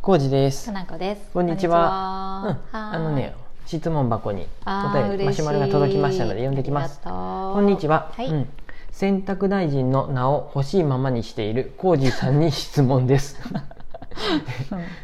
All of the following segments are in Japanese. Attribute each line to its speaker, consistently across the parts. Speaker 1: コウジです
Speaker 2: か。なこです。
Speaker 1: こんにち
Speaker 2: こんに
Speaker 1: は。
Speaker 2: ち
Speaker 1: うん、
Speaker 2: は
Speaker 1: あのね、、質問箱に
Speaker 2: あ
Speaker 1: お
Speaker 2: ー
Speaker 1: 便り
Speaker 2: 嬉
Speaker 1: マ
Speaker 2: し
Speaker 1: シュ
Speaker 2: い
Speaker 1: マロが届きましたので読んできます。
Speaker 2: ありがとう
Speaker 1: こんにちは。
Speaker 2: はい。
Speaker 1: うん選択大臣の名を欲しいままにしているコウジさんに質問です。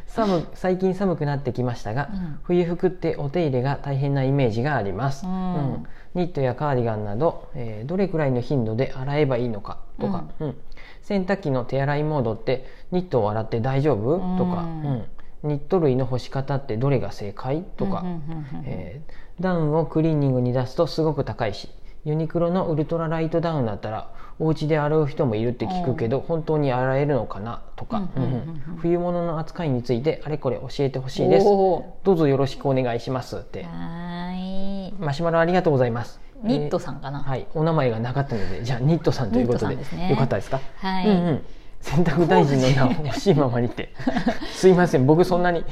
Speaker 1: 寒最近寒くなってきましたが、
Speaker 2: うん
Speaker 1: 冬服ってお手入れが大変なイメージがあります、
Speaker 2: うん
Speaker 1: ニットやカーディガンなど、えーどれくらいの頻度で洗えばいいのかとか、うん洗濯機の手洗いモードってニットを洗って大丈夫、
Speaker 2: うん
Speaker 1: とか、うんニット類の干し方ってどれが正解とか、
Speaker 2: うんうんうんうん
Speaker 1: えーダウンをクリーニングに出すとすごく高いしユニクロのウルトラライトダウンだったらお家で洗う人もいるって聞くけど本当に洗えるのかなとか、
Speaker 2: うんうんうんうん
Speaker 1: うんうん冬物の扱いについてあれこれ教えてほしいです
Speaker 2: おー
Speaker 1: どうぞよろしくお願いしますって
Speaker 2: はーい。
Speaker 1: マシュマロありがとうございます
Speaker 2: ニットさ
Speaker 1: ん、
Speaker 2: んか
Speaker 1: え
Speaker 2: な。
Speaker 1: ーはいお名前がなかったのでじゃあニットさんということで
Speaker 2: ニットさんですね
Speaker 1: よかったですか
Speaker 2: はい。
Speaker 1: うんうん、洗濯大臣の名を欲しいままにって すいません僕そんなに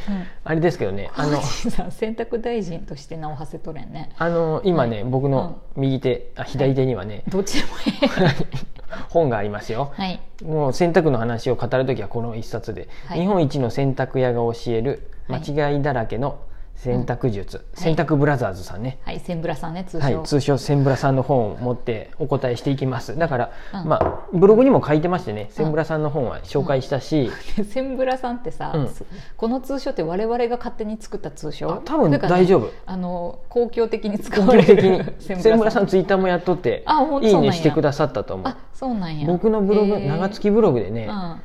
Speaker 1: あれですけどねあ
Speaker 2: あ
Speaker 1: の
Speaker 2: の さん選択大臣として名を馳せとるやんね。
Speaker 1: あの今ね、僕の右手あ左手にはね、
Speaker 2: どっちでもええ。
Speaker 1: 本がありますよ
Speaker 2: はい。
Speaker 1: もう洗濯の話を語る時はこの一冊で、
Speaker 2: はい
Speaker 1: 日本一の洗濯屋が教える
Speaker 2: はい
Speaker 1: 間違いだらけの洗濯術、洗濯ブラザーズさんね、
Speaker 2: はい。センブラさんね通
Speaker 1: は
Speaker 2: 称。
Speaker 1: い、通称センブラさんの本を持ってお答えしていきますだから、
Speaker 2: うん
Speaker 1: まあブログにも書いてましてねセンブラさんの本は紹介したし、
Speaker 2: センブラさんってさ、
Speaker 1: うん
Speaker 2: つこの通称って我々が勝手に作った通
Speaker 1: あ
Speaker 2: 称
Speaker 1: 多分
Speaker 2: だからね
Speaker 1: 大丈 夫
Speaker 2: あの公共的に使
Speaker 1: 基
Speaker 2: われ
Speaker 1: 本的に
Speaker 2: る センブ
Speaker 1: センブ
Speaker 2: ラ
Speaker 1: ラ
Speaker 2: さ
Speaker 1: さん
Speaker 2: ん
Speaker 1: ツイッターもやっとって
Speaker 2: あほん
Speaker 1: いい
Speaker 2: そうなん
Speaker 1: ね
Speaker 2: や
Speaker 1: してくださったと思う
Speaker 2: あそうなんや
Speaker 1: 僕のブログ、
Speaker 2: へー
Speaker 1: 長月ブログでね、
Speaker 2: うん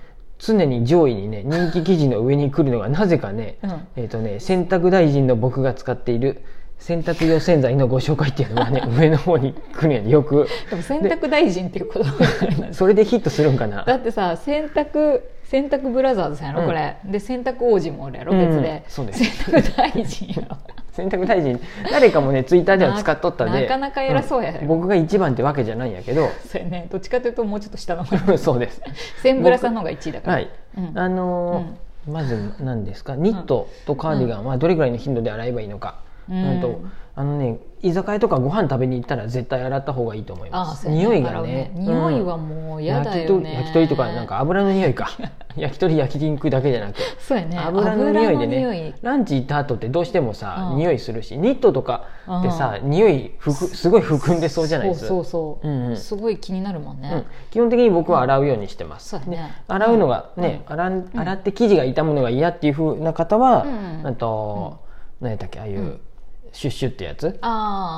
Speaker 1: 常に上位にね人気記事の上に来るのがなぜかね、
Speaker 2: うん
Speaker 1: えっ、とね洗濯大臣の僕が使っている洗濯用洗剤のご紹介っていうの がね上の方に来るんやでよく
Speaker 2: でも洗濯大臣っていうこと
Speaker 1: それでヒットするんかな
Speaker 2: だってさ洗濯洗濯ブラザーズさんやろ、
Speaker 1: うん
Speaker 2: これで洗濯王子もおるやろ
Speaker 1: うん
Speaker 2: 別で,、
Speaker 1: そうです
Speaker 2: 洗濯大臣やろ
Speaker 1: 洗濯大臣誰かもねツイッターでは使っとったで
Speaker 2: ななかなか偉そうやよ
Speaker 1: ん僕が一番ってわけじゃないんやけど
Speaker 2: それねどっちかというともうちょっと下の方
Speaker 1: そうです
Speaker 2: センブラさんの方が1位だから
Speaker 1: はい、
Speaker 2: うん
Speaker 1: あのーまず何ですかニットとカーディガンはどれぐらいの頻度で洗えばいいのか、
Speaker 2: うん
Speaker 1: うんとあのね居酒屋とかご飯食べに行ったら絶対洗った方がいいと思い
Speaker 2: あ
Speaker 1: ま
Speaker 2: あ
Speaker 1: す
Speaker 2: そうや
Speaker 1: 匂いがね
Speaker 2: 洗う匂い
Speaker 1: うん
Speaker 2: はもう嫌だ
Speaker 1: 焼き
Speaker 2: よ
Speaker 1: 鳥
Speaker 2: ね、
Speaker 1: 焼き鳥とかなんか油の匂い か焼き鳥焼き肉だけじゃなく
Speaker 2: そうやね
Speaker 1: 油の匂いでね
Speaker 2: 油の匂い
Speaker 1: ランチ行った後ってどうしてもさ、
Speaker 2: うん
Speaker 1: 匂いするしニットとかってさ、匂いふくすごい含んでそうじゃないですか
Speaker 2: そうそうそう、
Speaker 1: うんうん
Speaker 2: すごい気になるもんね、
Speaker 1: うん、基本的に僕は洗うようにしてます、
Speaker 2: そうやね
Speaker 1: で洗うのがね、洗ん洗って生地が傷むのが嫌っていうふうな方は、
Speaker 2: うん
Speaker 1: あと、何やったっけああいう、
Speaker 2: うん
Speaker 1: シュッシュってやつ
Speaker 2: あ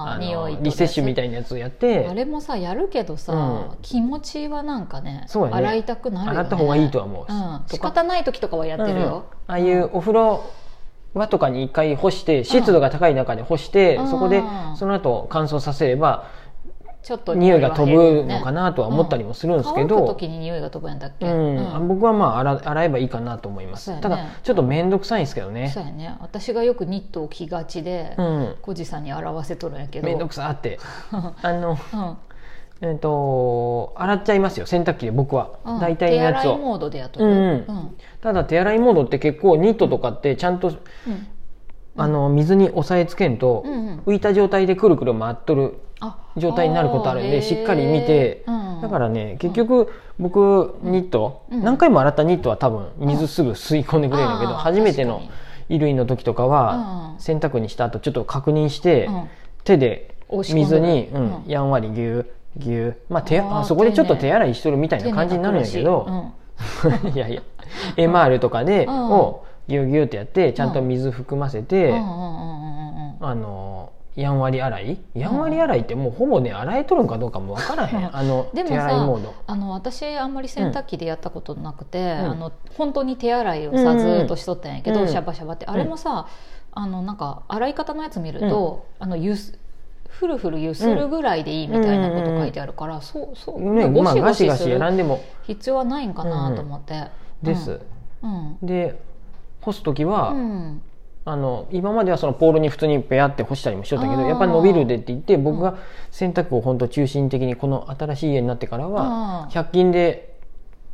Speaker 1: あ
Speaker 2: あ
Speaker 1: の
Speaker 2: 匂い
Speaker 1: リセッシュみた
Speaker 2: い
Speaker 1: いなやつをやって
Speaker 2: あれもさやるけどさ、
Speaker 1: うん
Speaker 2: 気持ちはなんかね
Speaker 1: そうやね
Speaker 2: 洗いたくなるよ、ね、
Speaker 1: 洗った方がいいとは思う
Speaker 2: うん、
Speaker 1: と
Speaker 2: 仕
Speaker 1: か
Speaker 2: 方ない時とかはやってるよ、
Speaker 1: うんああいうお風呂場とかに一回干して湿度が高い中で干して、
Speaker 2: うん
Speaker 1: そこで
Speaker 2: うん
Speaker 1: その後乾燥させれば
Speaker 2: ちょっと
Speaker 1: 匂いが飛ぶのか
Speaker 2: な
Speaker 1: なとは思ったりもするんですけ
Speaker 2: 乾く
Speaker 1: ど、
Speaker 2: 時に匂いが飛ぶんだっけ、
Speaker 1: うん
Speaker 2: うん
Speaker 1: 僕はまあ洗洗えばいいかなと思います、
Speaker 2: そうやね
Speaker 1: ただちょっと面倒くさいんですけどね
Speaker 2: そうやね私がよくニットを着がちで
Speaker 1: うん
Speaker 2: 小路さんに洗わせとるんやけど
Speaker 1: 面倒くさーって あの
Speaker 2: うん
Speaker 1: えっ、と洗っちゃいますよ洗濯機で僕は、
Speaker 2: うん
Speaker 1: 大体のやつ
Speaker 2: 手洗い
Speaker 1: を
Speaker 2: モードでやっとる
Speaker 1: うんう
Speaker 2: うんん
Speaker 1: ただ手洗いモードって結構ニットとかってちゃんと、
Speaker 2: うん
Speaker 1: あの水に押さえつけんと、
Speaker 2: うんうん
Speaker 1: 浮いた状態でくるくる回っとる
Speaker 2: あ
Speaker 1: 状態になることあるん
Speaker 2: へ
Speaker 1: で
Speaker 2: ー
Speaker 1: しっかり見て、
Speaker 2: うん
Speaker 1: だからね結局僕ニット、
Speaker 2: うん
Speaker 1: 何回も洗ったニットは多分水すぐ吸い込んでくれるんだけど、
Speaker 2: あー
Speaker 1: 初めての
Speaker 2: 確か
Speaker 1: 衣類の時とかは、
Speaker 2: うん
Speaker 1: 洗濯にした後ちょっと確認して、
Speaker 2: うん
Speaker 1: 手で
Speaker 2: 押し込ん
Speaker 1: 水
Speaker 2: で
Speaker 1: に、
Speaker 2: う
Speaker 1: うんんやんわりぎゅうぎゅう、まあ、手
Speaker 2: あー
Speaker 1: あそこでちょっと
Speaker 2: 丁寧
Speaker 1: 手洗いしとるみたいな感じになるんやけど、
Speaker 2: 手にかくらしいうん
Speaker 1: いやいや MR とかで、
Speaker 2: うん
Speaker 1: をぎゅうぎゅうってやってちゃんと水含ませて。
Speaker 2: うんうんうんうんうん
Speaker 1: あのやんわり洗いやんわり洗いってもうほぼね洗えとるんかどうかもわからへ
Speaker 2: うん
Speaker 1: んあの手
Speaker 2: でも
Speaker 1: 洗いモー
Speaker 2: さ
Speaker 1: ド
Speaker 2: あの私あんまり洗濯機でやったことなくて、
Speaker 1: ん
Speaker 2: あの本当に手洗いを
Speaker 1: う
Speaker 2: さ
Speaker 1: ん
Speaker 2: ずーっとしとったんやけど、
Speaker 1: うん
Speaker 2: シャバシャバってあれもさ、あのなんか洗い方のやつ見ると、あのゆすふるふるゆするぐらいでいいみたいなこと書いてあるから、そうそう、
Speaker 1: ね
Speaker 2: ゴ
Speaker 1: まあ
Speaker 2: シ
Speaker 1: ガ
Speaker 2: ゴ
Speaker 1: シ
Speaker 2: シ
Speaker 1: ガ
Speaker 2: す
Speaker 1: シ
Speaker 2: る
Speaker 1: やらんでも
Speaker 2: 必要はないんかなと思って、
Speaker 1: です、
Speaker 2: うん
Speaker 1: で干す時
Speaker 2: う
Speaker 1: は、
Speaker 2: ん
Speaker 1: あの今まではそのポールに普通にペアって干したりもしとったけどやっぱり伸びるでって言って僕が洗濯を本当中心的にこの新しい家になってからは
Speaker 2: うん
Speaker 1: 100均で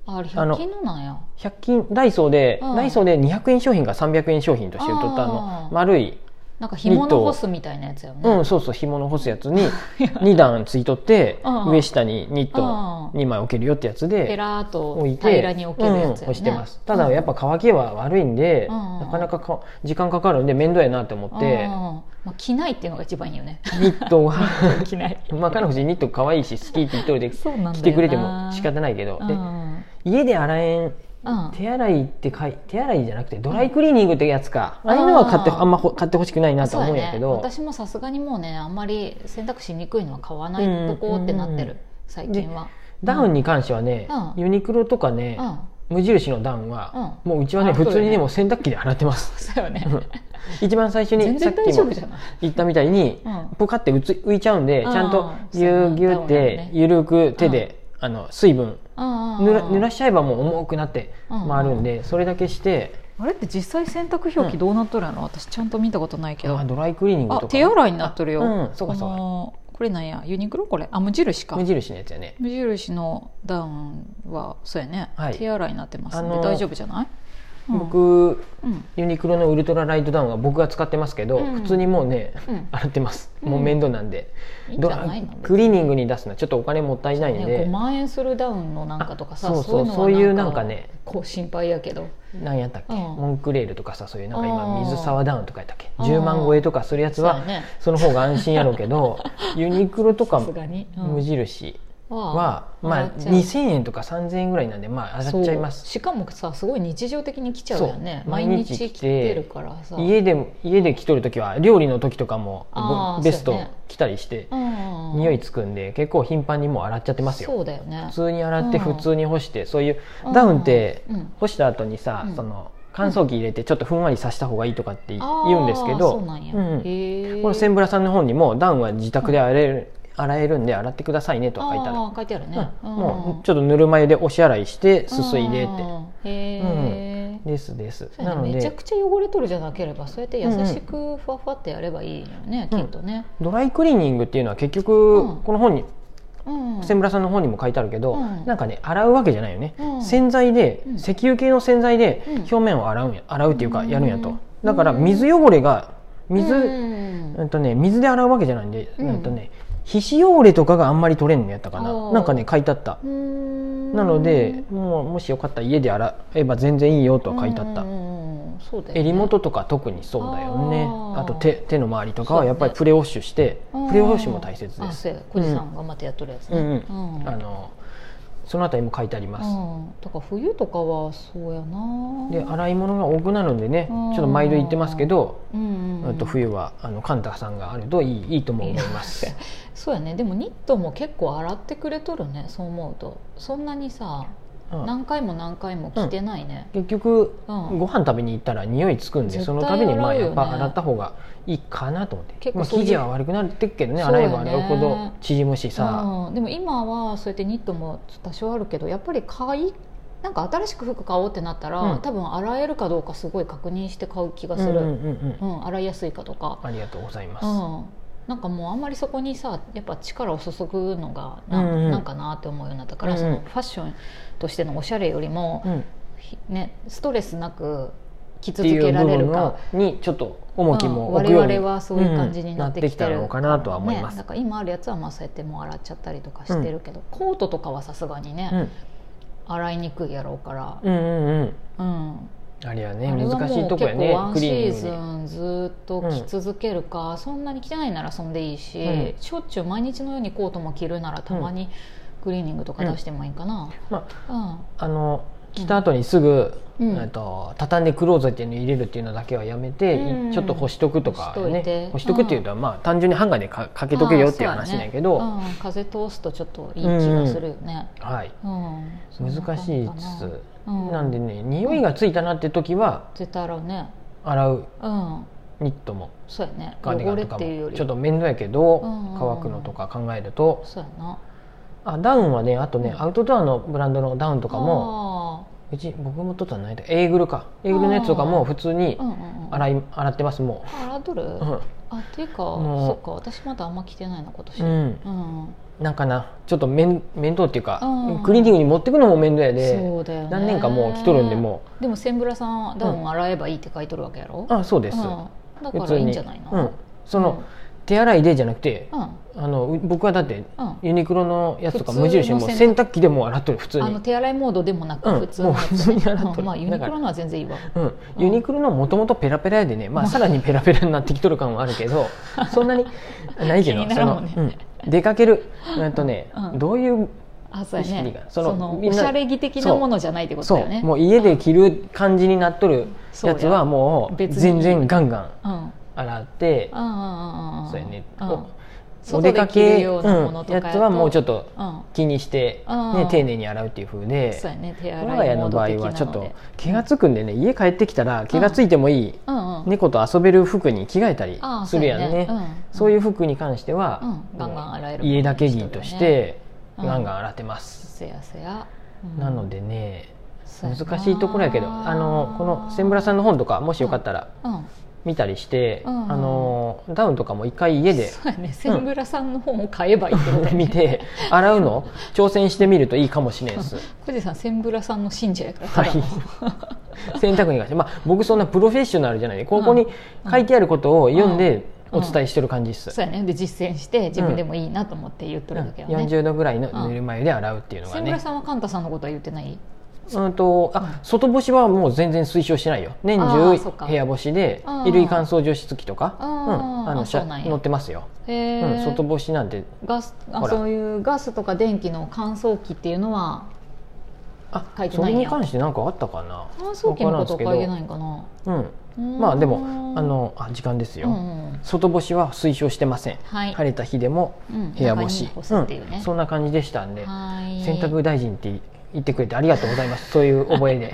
Speaker 2: あれ
Speaker 1: あの
Speaker 2: 100均のなんや
Speaker 1: 100均ダイソーで
Speaker 2: うん
Speaker 1: ダイソーで200円商品が300円商品として売っとったあ
Speaker 2: う
Speaker 1: の
Speaker 2: ん
Speaker 1: 丸い
Speaker 2: なんか紐の干すみたいなやつよね、
Speaker 1: うん、そうそう紐の干すや つに2段ついとって
Speaker 2: うん
Speaker 1: 上下にニット
Speaker 2: うん
Speaker 1: 2枚置けるよってやつ
Speaker 2: ペ
Speaker 1: で
Speaker 2: ラーっと
Speaker 1: 置いて
Speaker 2: 平らに置けるやつ
Speaker 1: うん干
Speaker 2: よ
Speaker 1: して
Speaker 2: ね
Speaker 1: ますただやっぱ乾きは悪いんで
Speaker 2: うん
Speaker 1: なかなかか時間かかるんで面倒やなって思
Speaker 2: うん
Speaker 1: って
Speaker 2: まあ、着ないっていうのが一番いいよ ね
Speaker 1: ニットは
Speaker 2: 着ない
Speaker 1: まあ彼女ニット可愛いし好きって言っとるで
Speaker 2: そうなんだよな
Speaker 1: 着てくれても仕方ないけど
Speaker 2: う
Speaker 1: で
Speaker 2: ん
Speaker 1: 家で洗えん
Speaker 2: うん
Speaker 1: 手洗いってかい手洗いじゃなくてドライクリーニングってやつか、ああいうのは買って
Speaker 2: あー
Speaker 1: あんまほ買ってほしくないなと
Speaker 2: そう
Speaker 1: 思
Speaker 2: や
Speaker 1: うんや
Speaker 2: ね
Speaker 1: けど
Speaker 2: 私もさすがにもうねあんまり洗濯しにくいのは買わないとこうってなって
Speaker 1: うんうんうん
Speaker 2: る最近は
Speaker 1: ダウンに関してはね、
Speaker 2: うん
Speaker 1: ユニクロとかね
Speaker 2: う、ん
Speaker 1: 無印のダウンは、もううちはね
Speaker 2: あ
Speaker 1: 普通に
Speaker 2: そう
Speaker 1: ね
Speaker 2: よね
Speaker 1: もう洗濯機で洗ってます
Speaker 2: そうよね
Speaker 1: 一番最初
Speaker 2: 全
Speaker 1: にさっ
Speaker 2: 然大
Speaker 1: き
Speaker 2: 丈
Speaker 1: も
Speaker 2: 夫じゃない
Speaker 1: 言ったみたいに
Speaker 2: うん
Speaker 1: ポカってうつ浮いちゃうんでち
Speaker 2: あー
Speaker 1: ゃんとぎゅうぎゅうっ
Speaker 2: そうや
Speaker 1: て
Speaker 2: ね
Speaker 1: ゆるく手で、あの水分
Speaker 2: ぬ
Speaker 1: 濡ら濡らしちゃえばもう重くなって回るんで、それだけして
Speaker 2: あれって実際洗濯表記どうなっとるやろ、私ちゃんと見たことないけど
Speaker 1: あ
Speaker 2: あ
Speaker 1: ドライクリーニングとか
Speaker 2: 手洗いになっとるよ、
Speaker 1: うんそうかそうか
Speaker 2: あのーこれなんやユニクロこれあ無印か
Speaker 1: 無印のやつやね
Speaker 2: 無印のダウンはそうやね、
Speaker 1: はい
Speaker 2: 手洗いになってますんで、
Speaker 1: あのー
Speaker 2: 大丈夫じゃない、うん、
Speaker 1: 僕
Speaker 2: うん
Speaker 1: ユニクロのウルトラライトダウンは僕が使ってますけど、
Speaker 2: うん
Speaker 1: 普通にもうね
Speaker 2: うん
Speaker 1: 洗ってます
Speaker 2: うん
Speaker 1: もう面倒なんで、
Speaker 2: いいんじ
Speaker 1: ド
Speaker 2: ゃ
Speaker 1: ラ
Speaker 2: ないの
Speaker 1: クリーニングに出すのはちょっとお金もったいないん
Speaker 2: ね、
Speaker 1: で、
Speaker 2: 5万円するダウンのなんかとかさ
Speaker 1: あそうそう
Speaker 2: は
Speaker 1: そういうなんかね
Speaker 2: こう心配やけど
Speaker 1: なんやったっけ、
Speaker 2: うん
Speaker 1: モンクレールとかさそういうなんか今
Speaker 2: あー
Speaker 1: 水沢ダウンとかやったっけ
Speaker 2: あー
Speaker 1: 10万超えとかするやつは
Speaker 2: そうやね
Speaker 1: その方が安心やろうけ どユニクロとか
Speaker 2: さすがに、うん
Speaker 1: 無印は、
Speaker 2: うん
Speaker 1: ま
Speaker 2: 洗
Speaker 1: あ
Speaker 2: っちゃう
Speaker 1: 2000円とか3000円ぐらいなんでまあ洗っちゃいます
Speaker 2: しかもさすごい日常的に来ちゃうよね
Speaker 1: そう
Speaker 2: 毎
Speaker 1: 毎日
Speaker 2: 日
Speaker 1: 来て
Speaker 2: 来てるからさ
Speaker 1: 家で家で着とる時は料理の時とかも
Speaker 2: あー
Speaker 1: ベス
Speaker 2: そう
Speaker 1: ト
Speaker 2: やね
Speaker 1: 着たりして、
Speaker 2: うん
Speaker 1: 匂いつくんで結構頻繁にもう洗っちゃってますよ
Speaker 2: そうだよね
Speaker 1: 普通に洗って
Speaker 2: うん
Speaker 1: 普通に干して、そういうダウンって
Speaker 2: うんうん
Speaker 1: 干した後にさ、
Speaker 2: うん
Speaker 1: その乾燥機入れてちょっとふんわりさせた方がいいとかってい言うんですけ
Speaker 2: あーそう
Speaker 1: ど
Speaker 2: なんや、
Speaker 1: うん
Speaker 2: へえ
Speaker 1: このセンブラさんの本にもダウンは自宅で洗える,、洗えるんで洗ってくださいねとは書いてある
Speaker 2: あー書いてあるね、
Speaker 1: うんもうちょっとぬるま湯でおし洗いしてすすいでって
Speaker 2: てへえ、
Speaker 1: ですです
Speaker 2: そうや
Speaker 1: な
Speaker 2: ね
Speaker 1: の
Speaker 2: めちゃ
Speaker 1: で
Speaker 2: くちゃ汚れとるじゃなければそうやって優しくふわふわってやればいいよね、
Speaker 1: うん
Speaker 2: きっとね、
Speaker 1: ドライクリーニングっていうのは結
Speaker 2: う
Speaker 1: 局
Speaker 2: ん
Speaker 1: この本に、
Speaker 2: うん、
Speaker 1: センブラさんの本にも書いてあるけど、
Speaker 2: うん
Speaker 1: なんかね洗うわけじゃないよね、
Speaker 2: うん
Speaker 1: 洗剤で、
Speaker 2: うん
Speaker 1: 石油系の洗剤で
Speaker 2: うん
Speaker 1: 表面を洗うんや洗うっていうか
Speaker 2: うん
Speaker 1: やるんやと、
Speaker 2: うん
Speaker 1: だから水汚れが水、
Speaker 2: う
Speaker 1: うん
Speaker 2: ん
Speaker 1: とね、水で洗うわけじゃないんで、う
Speaker 2: うんん
Speaker 1: とね、皮脂汚れとかがあんまり取れんのやったか
Speaker 2: あ
Speaker 1: な
Speaker 2: ー
Speaker 1: なんかね書いてあった、
Speaker 2: うん
Speaker 1: なのでもうもしよかったら家で洗えば全然いいよとは書いてあった、
Speaker 2: うんうんうんそうだよね
Speaker 1: 襟元とか特にそうだよねあ
Speaker 2: あー
Speaker 1: と手手の周りとかはやっぱりプレウォッシュして、
Speaker 2: うん
Speaker 1: プレウォッシュも大切で
Speaker 2: あ
Speaker 1: す
Speaker 2: そうや小路さん頑張ってやっとるやつね
Speaker 1: うんうん
Speaker 2: うん
Speaker 1: あのそのあたりも書いてあります、
Speaker 2: うんだから冬とかはそうやな
Speaker 1: で洗い物が多くなるんでねち
Speaker 2: うん
Speaker 1: ょっと毎度言ってますけど、
Speaker 2: うんうん
Speaker 1: えっと冬はあのカンタさんがあるといいいいとも思います。
Speaker 2: そうやねでもニットも結構洗ってくれとるねそう思うとそんなにさ
Speaker 1: うん
Speaker 2: 何回も何回も着てないね
Speaker 1: 結局、
Speaker 2: うん
Speaker 1: ご飯食べに行ったら匂いつくんで
Speaker 2: 絶
Speaker 1: そ
Speaker 2: 対
Speaker 1: の度にまあ
Speaker 2: 洗うよ
Speaker 1: や
Speaker 2: ね
Speaker 1: っぱ洗った方がいいかなと思って
Speaker 2: 結構
Speaker 1: まあ、
Speaker 2: そうい
Speaker 1: 生
Speaker 2: う
Speaker 1: 地は悪くなってっけどね
Speaker 2: そうよ
Speaker 1: 洗
Speaker 2: ね
Speaker 1: えば洗うほど縮むしさ、
Speaker 2: うんでも今はそうやってニットも多少あるけどやっぱり買いなんか新しく服買おうってなったら、
Speaker 1: うん
Speaker 2: 多分洗えるかどうかすごい確認して買う気がす
Speaker 1: うんうんうん
Speaker 2: る、
Speaker 1: うん
Speaker 2: うん洗いやすいかとか、
Speaker 1: ありがとうございます。
Speaker 2: うん、なんかもうあんまりそこにさやっぱ力を注ぐのがな,、
Speaker 1: うん
Speaker 2: ん
Speaker 1: うん
Speaker 2: かなって思うようになったから、
Speaker 1: うんうん
Speaker 2: そのファッションとしてのおしゃれよりも、
Speaker 1: うん
Speaker 2: ひね、ストレスなく着
Speaker 1: っ
Speaker 2: 続
Speaker 1: ていう
Speaker 2: けら
Speaker 1: 部
Speaker 2: れ
Speaker 1: 分
Speaker 2: るか
Speaker 1: の。にちょっと重きも
Speaker 2: うん
Speaker 1: 置くように、
Speaker 2: 我々はそういう感じになってきて
Speaker 1: う
Speaker 2: る、
Speaker 1: んなってきたのかなとは思います
Speaker 2: ね、だから今あるやつはまあそうやってもう洗っちゃったりとかしてるけど、コートとかはさすがにね、
Speaker 1: うん
Speaker 2: 洗いにくいやろうから、
Speaker 1: うんうんうん
Speaker 2: うん
Speaker 1: あれはね
Speaker 2: あれは
Speaker 1: 難し
Speaker 2: も
Speaker 1: いうと
Speaker 2: 結
Speaker 1: こやね
Speaker 2: 構ワン
Speaker 1: ク
Speaker 2: シ
Speaker 1: リーニン
Speaker 2: ー
Speaker 1: グ
Speaker 2: ズ
Speaker 1: に
Speaker 2: ンずっと着続けるか、そんなに着てないならそんでいいし、
Speaker 1: うん
Speaker 2: しょっちゅう毎日のようにコートも着るならたまにクリーニングとか出してもいいかな。
Speaker 1: まあ
Speaker 2: うん
Speaker 1: あの着た後にすぐ、
Speaker 2: うん
Speaker 1: えっと畳んでクローゼットに入れるっていうのだけはやめて、
Speaker 2: うん
Speaker 1: ちょっと干しとくとか、
Speaker 2: 干しといて
Speaker 1: ね、干しとくっていうと、まあ単純にハンガーでかかけとけよっていう話なんやけど、
Speaker 2: あーそうやねうん風通すとちょっといい気がするよね、
Speaker 1: はい、
Speaker 2: うんそんな
Speaker 1: 難
Speaker 2: 感
Speaker 1: し
Speaker 2: じ
Speaker 1: い
Speaker 2: かな
Speaker 1: つつ、
Speaker 2: うん
Speaker 1: なんでね匂いがついたなって時は
Speaker 2: 絶対洗うね
Speaker 1: 洗う
Speaker 2: うん
Speaker 1: ニットも
Speaker 2: そうやね
Speaker 1: ガーデガ
Speaker 2: 汚
Speaker 1: ー
Speaker 2: れっ
Speaker 1: とか
Speaker 2: ていうよ
Speaker 1: も
Speaker 2: り
Speaker 1: ちょっと面倒やけど、
Speaker 2: うんうん
Speaker 1: 乾くのとか考えると
Speaker 2: そうやな
Speaker 1: あダウンはねあとね、
Speaker 2: うん
Speaker 1: アウトドアのブランドのダウンとかもうち僕もとったのないだエーグルかエーグルのやつとかも普通に
Speaker 2: あーうんうんうん
Speaker 1: 洗い洗ってますも
Speaker 2: 洗っとる、
Speaker 1: う。うん
Speaker 2: あっていうか
Speaker 1: もう
Speaker 2: そっか私まだあんま着てないな今年
Speaker 1: うん
Speaker 2: うん
Speaker 1: なんかなちょっと面面倒っていうか、
Speaker 2: うん
Speaker 1: クリーニングに持ってくのも面倒やで、
Speaker 2: そうだよね
Speaker 1: 何年かもう着とるんでも
Speaker 2: でもセンブラさんダウン洗えばいいって書いとるわけやろ
Speaker 1: うあそうです、
Speaker 2: うんだ
Speaker 1: 普
Speaker 2: か
Speaker 1: 通
Speaker 2: ら
Speaker 1: に
Speaker 2: いいんじゃないの
Speaker 1: うん、その、
Speaker 2: うん
Speaker 1: 手洗いでじゃなくて
Speaker 2: うん、
Speaker 1: あのう僕はだって
Speaker 2: うん
Speaker 1: ユニクロのやつとか
Speaker 2: 普通の
Speaker 1: 無印もう洗
Speaker 2: 洗
Speaker 1: 濯機でもう洗っとる普通
Speaker 2: あの
Speaker 1: に、
Speaker 2: 手洗いモードでもなく
Speaker 1: うん
Speaker 2: 普通のやつ、ね
Speaker 1: もう普通に洗っとる
Speaker 2: うんまあユニクロのは全然いいわ
Speaker 1: うん、ユニクロのもともとペラペラやでね、まあ、
Speaker 2: うん
Speaker 1: さらにペラペラになってきとる感はあるけ どそんなにないけど
Speaker 2: 気になるもんね
Speaker 1: そのうん出かけるえっとね、
Speaker 2: うん
Speaker 1: どういう
Speaker 2: あそうや
Speaker 1: 意識
Speaker 2: ね
Speaker 1: がそ
Speaker 2: そ
Speaker 1: の
Speaker 2: の
Speaker 1: みん
Speaker 2: お
Speaker 1: な
Speaker 2: しゃれ着的なものじゃないってこと
Speaker 1: そ
Speaker 2: だよ
Speaker 1: う
Speaker 2: ね
Speaker 1: もう家で着る感じになっとるやつはも
Speaker 2: そう
Speaker 1: う
Speaker 2: や別に
Speaker 1: 全然ガンガン
Speaker 2: うんうん
Speaker 1: 洗って
Speaker 2: うんうんうん
Speaker 1: そうやね、
Speaker 2: うん
Speaker 1: おお
Speaker 2: 外
Speaker 1: 出
Speaker 2: で
Speaker 1: か
Speaker 2: 着る
Speaker 1: け
Speaker 2: ようなものと
Speaker 1: うん
Speaker 2: か
Speaker 1: やつはもうちょっと
Speaker 2: うん
Speaker 1: 気にして、
Speaker 2: うん
Speaker 1: ね、丁寧に洗うっていう風で
Speaker 2: そうやね手洗
Speaker 1: 我
Speaker 2: いモ
Speaker 1: が家の場
Speaker 2: ード
Speaker 1: 合
Speaker 2: 的な
Speaker 1: は
Speaker 2: ので
Speaker 1: ちょっと気が付くんでね家帰ってきたら気が付いてもいい
Speaker 2: うんうん
Speaker 1: 猫と遊べる服に着替えたり
Speaker 2: ああ
Speaker 1: するやんね
Speaker 2: そうやねうん
Speaker 1: そういう服に関しては
Speaker 2: うんガンガン洗える
Speaker 1: 家だけ着として
Speaker 2: うん
Speaker 1: ガンガン洗ってます
Speaker 2: せやせや、うん
Speaker 1: なのでね
Speaker 2: そう
Speaker 1: 難
Speaker 2: やな
Speaker 1: しいところやけどあのこの千村さんの本とかもしよかったら
Speaker 2: うん
Speaker 1: 見たりしてあ
Speaker 2: うんうん
Speaker 1: のダウンとかも一回家で
Speaker 2: そうやね千村さんの本を買えばいいってことだよね
Speaker 1: 見 て洗うの挑戦してみるといいかもしれんっす
Speaker 2: 小路さん千村さんの信者やからた
Speaker 1: は
Speaker 2: だの
Speaker 1: い、洗濯に関して、まあ、僕そんなプロフェッショナルじゃないここに書いてあることを読んでお
Speaker 2: うん
Speaker 1: 伝えしてる感じっす、
Speaker 2: そうやねで実践して自分でもいいなと思って言っと
Speaker 1: うん
Speaker 2: るだけやね、
Speaker 1: 40度ぐらいのぬるま湯で洗うっていうのが
Speaker 2: 千
Speaker 1: ね
Speaker 2: 村、さんはカンタさんのことは言ってない
Speaker 1: うん、とあ外干しはもう全然推奨してないよ年
Speaker 2: あ
Speaker 1: 中
Speaker 2: ーそっか
Speaker 1: 部屋干しで
Speaker 2: あー
Speaker 1: 衣類乾燥除湿機とか、う
Speaker 2: あー
Speaker 1: ん、あの
Speaker 2: あ
Speaker 1: しゃ
Speaker 2: そうなんや
Speaker 1: 載ってますよ、
Speaker 2: へ
Speaker 1: う
Speaker 2: え、
Speaker 1: ん、外干しなんて
Speaker 2: ガスあ
Speaker 1: ほら
Speaker 2: そういうガスとか電気の乾燥機っていうのは
Speaker 1: あ
Speaker 2: 書いて
Speaker 1: そ
Speaker 2: な
Speaker 1: れ
Speaker 2: いん
Speaker 1: に
Speaker 2: や
Speaker 1: 関して何かあったかな
Speaker 2: 乾燥機のことは書いてないんかな
Speaker 1: うん、
Speaker 2: うん
Speaker 1: まあでもあのあ時間です
Speaker 2: う
Speaker 1: よ、
Speaker 2: んうん
Speaker 1: 外干しは推奨してません、
Speaker 2: はい
Speaker 1: 晴れた日でも
Speaker 2: うん
Speaker 1: 部屋干し
Speaker 2: 中に、干すっていうね
Speaker 1: そんな感じでしたんで、
Speaker 2: はい
Speaker 1: 洗濯大臣って言ってくれてありがとうございますそういう覚 えで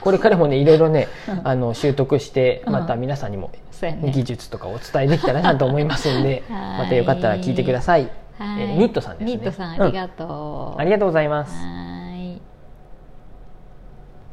Speaker 1: これからもねいろいろねあの習得して
Speaker 2: うん
Speaker 1: また皆さんにも
Speaker 2: そうやね
Speaker 1: 技術とかお伝えできたらなと思いますんで
Speaker 2: はい
Speaker 1: またよかったら聞いてください、
Speaker 2: はい
Speaker 1: えーニットさんですね
Speaker 2: ニットさんありがとう、
Speaker 1: ありがとうございます
Speaker 2: はい